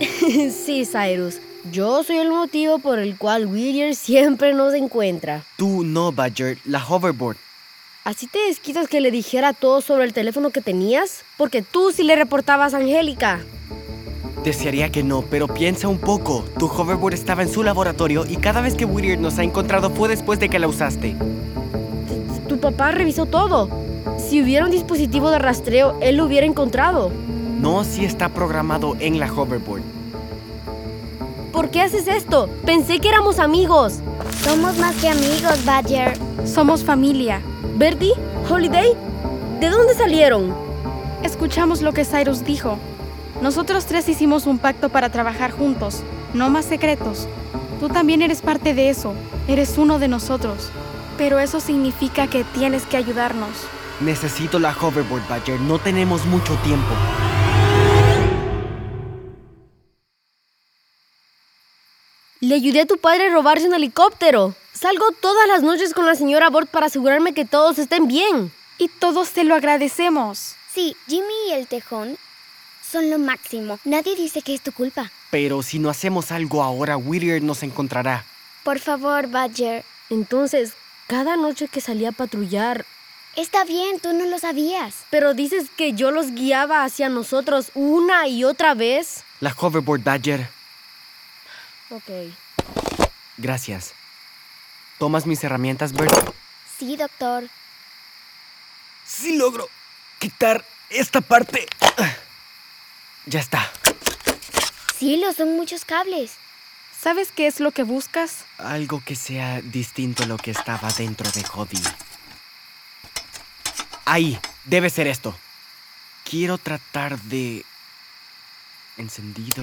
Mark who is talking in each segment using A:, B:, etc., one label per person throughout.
A: Sí, Cyrus. Yo soy el motivo por el cual Whittier siempre nos encuentra.
B: Tú no, Badger, la hoverboard.
A: ¿Así te desquitas que le dijera todo sobre el teléfono que tenías? Porque tú sí le reportabas a Angélica.
B: Desearía que no, pero piensa un poco. Tu hoverboard estaba en su laboratorio y cada vez que Whittier nos ha encontrado fue después de que la usaste.
A: Tu papá revisó todo. Si hubiera un dispositivo de rastreo, él lo hubiera encontrado.
B: No si está programado en la hoverboard.
A: ¿Por qué haces esto? Pensé que éramos amigos.
C: Somos más que amigos, Badger.
D: Somos familia.
A: ¿Verdi? ¿Holiday? ¿De dónde salieron?
D: Escuchamos lo que Cyrus dijo. Nosotros tres hicimos un pacto para trabajar juntos, no más secretos. Tú también eres parte de eso, eres uno de nosotros. Pero eso significa que tienes que ayudarnos.
B: Necesito la hoverboard, Badger. No tenemos mucho tiempo.
A: Le ayudé a tu padre a robarse un helicóptero. Salgo todas las noches con la señora Bort para asegurarme que todos estén bien.
D: Y todos te lo agradecemos.
C: Sí, Jimmy y el tejón son lo máximo. Nadie dice que es tu culpa.
B: Pero si no hacemos algo ahora, Whittier nos encontrará.
C: Por favor, Badger.
A: Entonces, cada noche que salía a patrullar...
C: Está bien, tú no lo sabías.
A: Pero dices que yo los guiaba hacia nosotros una y otra vez.
B: La hoverboard, Badger.
A: Ok.
B: Gracias. ¿Tomas mis herramientas, Bert?
C: Sí, doctor.
B: Sí logro quitar esta parte. Ya está.
C: Sí, lo son muchos cables.
D: ¿Sabes qué es lo que buscas?
B: Algo que sea distinto a lo que estaba dentro de Hobby. Ahí, debe ser esto. Quiero tratar de... Encendido.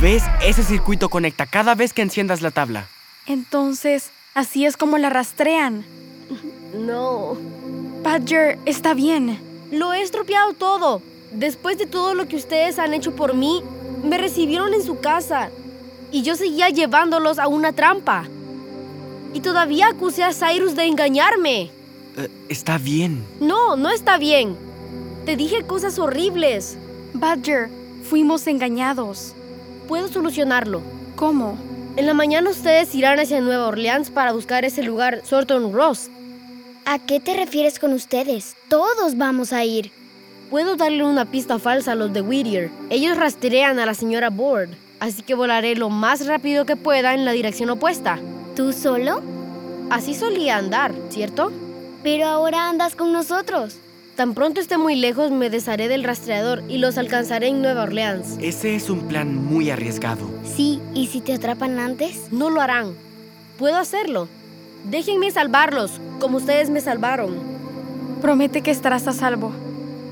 B: ¿Ves? Ese circuito conecta cada vez que enciendas la tabla.
D: Entonces, así es como la rastrean.
A: No.
D: Badger, está bien.
A: Lo he estropeado todo. Después de todo lo que ustedes han hecho por mí, me recibieron en su casa. Y yo seguía llevándolos a una trampa. Y todavía acusé a Cyrus de engañarme.
B: Eh, está bien.
A: No, no está bien. Te dije cosas horribles.
D: Badger, fuimos engañados.
A: Puedo solucionarlo.
D: ¿Cómo?
A: En la mañana ustedes irán hacia Nueva Orleans para buscar ese lugar, Sorton Ross.
C: ¿A qué te refieres con ustedes? Todos vamos a ir.
A: Puedo darle una pista falsa a los de Whittier. Ellos rastrean a la señora Board, así que volaré lo más rápido que pueda en la dirección opuesta.
C: ¿Tú solo?
A: Así solía andar, ¿cierto?
C: Pero ahora andas con nosotros.
A: Tan pronto esté muy lejos me desharé del rastreador y los alcanzaré en Nueva Orleans.
B: Ese es un plan muy arriesgado.
C: Sí, ¿y si te atrapan antes?
A: No lo harán. Puedo hacerlo. Déjenme salvarlos, como ustedes me salvaron.
D: Promete que estarás a salvo.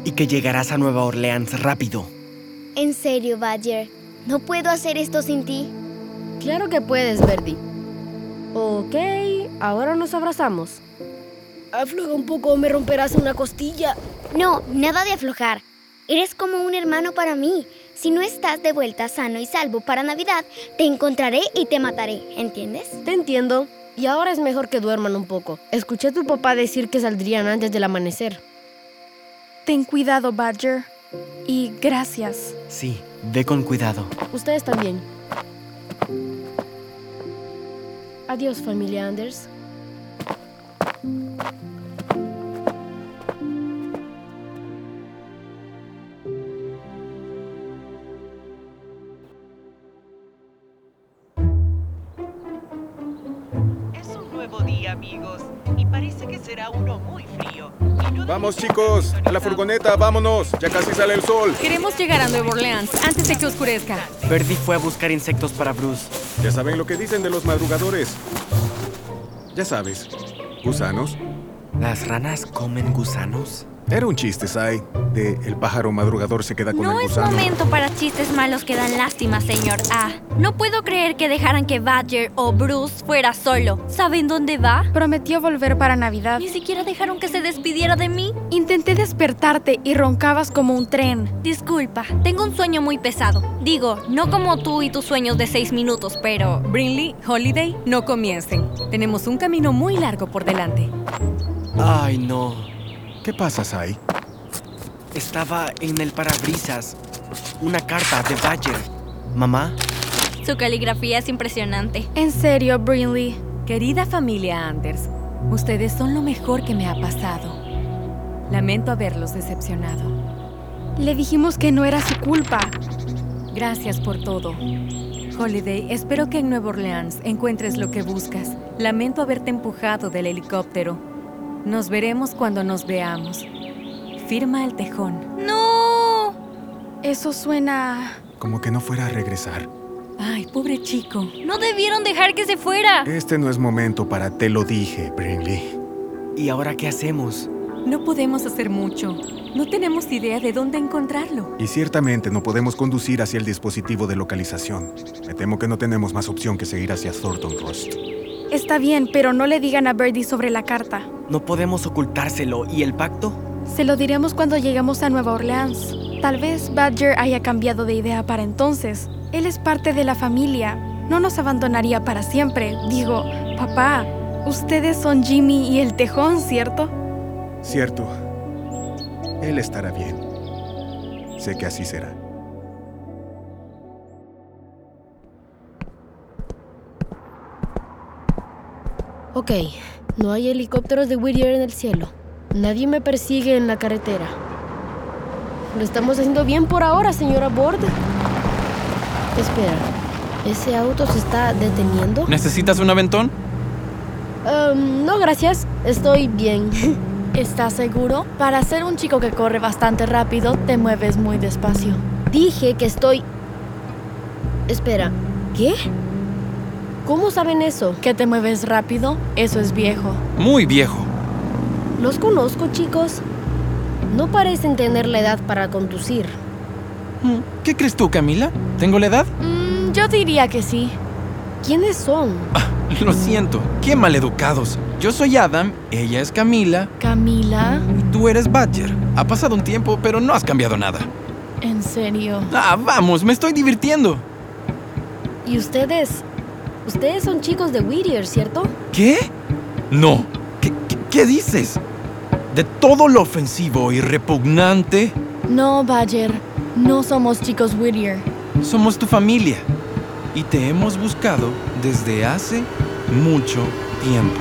B: Y que llegarás a Nueva Orleans rápido.
C: En serio, Badger. No puedo hacer esto sin ti.
A: Claro que puedes, Verdi. Ok, ahora nos abrazamos. Afloja un poco o me romperás una costilla.
C: No, nada de aflojar. Eres como un hermano para mí. Si no estás de vuelta sano y salvo para Navidad, te encontraré y te mataré, ¿entiendes?
A: Te entiendo. Y ahora es mejor que duerman un poco. Escuché a tu papá decir que saldrían antes del amanecer.
D: Ten cuidado, Badger. Y gracias.
B: Sí, ve con cuidado.
A: Ustedes también. Adiós, familia Anders.
E: amigos, y parece que será uno muy frío. Y no
F: Vamos
E: debería
F: chicos,
E: estar
F: a la furgoneta, vámonos. Ya casi sale el sol.
G: Queremos llegar a Nueva Orleans antes de que oscurezca.
B: Birdie fue a buscar insectos para Bruce.
F: Ya saben lo que dicen de los madrugadores. Ya sabes, gusanos.
B: ¿Las ranas comen gusanos?
F: Era un chiste, Sai, de el pájaro madrugador se queda con
H: No
F: el
H: es
F: gusano.
H: momento para chistes malos que dan lástima, señor A. No puedo creer que dejaran que Badger o Bruce fuera solo. ¿Saben dónde va?
D: Prometió volver para Navidad.
H: Ni siquiera dejaron que se despidiera de mí.
D: Intenté despertarte y roncabas como un tren.
H: Disculpa, tengo un sueño muy pesado. Digo, no como tú y tus sueños de seis minutos, pero...
G: Brinley, Holiday, no comiencen. Tenemos un camino muy largo por delante.
B: Ay, no.
F: ¿Qué pasa, Sai?
B: Estaba en el parabrisas. Una carta de Badger. Mamá,
H: Su caligrafía es impresionante.
D: En serio, Brinley.
G: Querida familia Anders, ustedes son lo mejor que me ha pasado. Lamento haberlos decepcionado.
D: Le dijimos que no era su culpa.
G: Gracias por todo. Holiday, espero que en Nueva Orleans encuentres lo que buscas. Lamento haberte empujado del helicóptero. Nos veremos cuando nos veamos. Firma el tejón.
H: ¡No!
D: Eso suena...
F: Como que no fuera a regresar.
G: Ay, pobre chico.
H: No debieron dejar que se fuera.
F: Este no es momento para te lo dije, Brinley.
B: ¿y ahora qué hacemos?
G: No podemos hacer mucho. No tenemos idea de dónde encontrarlo.
F: Y ciertamente no podemos conducir hacia el dispositivo de localización. Me temo que no tenemos más opción que seguir hacia Thornton Rust.
D: Está bien, pero no le digan a Birdie sobre la carta.
B: No podemos ocultárselo. ¿Y el pacto?
D: Se lo diremos cuando lleguemos a Nueva Orleans. Tal vez Badger haya cambiado de idea para entonces. Él es parte de la familia. No nos abandonaría para siempre. Digo, papá, ustedes son Jimmy y el tejón, ¿cierto?
F: Cierto. Él estará bien. Sé que así será.
A: Ok, no hay helicópteros de Whittier en el cielo. Nadie me persigue en la carretera. Lo estamos haciendo bien por ahora, señora Bord. Espera, ¿ese auto se está deteniendo?
I: ¿Necesitas un aventón?
A: Em, no, gracias. Estoy bien.
J: ¿Estás seguro? Para ser un chico que corre bastante rápido, te mueves muy despacio.
A: Dije que estoy... Espera, ¿qué? ¿Cómo saben eso?
J: ¿Que te mueves rápido? Eso es viejo.
I: Muy viejo.
A: Los conozco, chicos. No parecen tener la edad para conducir.
I: Mm, ¿Qué crees tú, Camila? ¿Tengo la edad?
J: Mm, yo diría que sí.
A: ¿Quiénes son?
I: Lo siento. Qué maleducados. Yo soy Adam, ella es Camila
J: Camila,
I: y tú eres Badger. Ha pasado un tiempo, pero no has cambiado nada.
J: en serio.
I: Ah, vamos, me estoy divirtiendo.
A: ¿Y ustedes? Ustedes son chicos de Whittier, ¿cierto?
I: ¿Qué? No. ¿Qué, qué- qué dices? De todo lo ofensivo y repugnante,
J: No, Badger, no somos chicos Whittier.
I: somos tu familia. Y te hemos buscado desde hace mucho tiempo.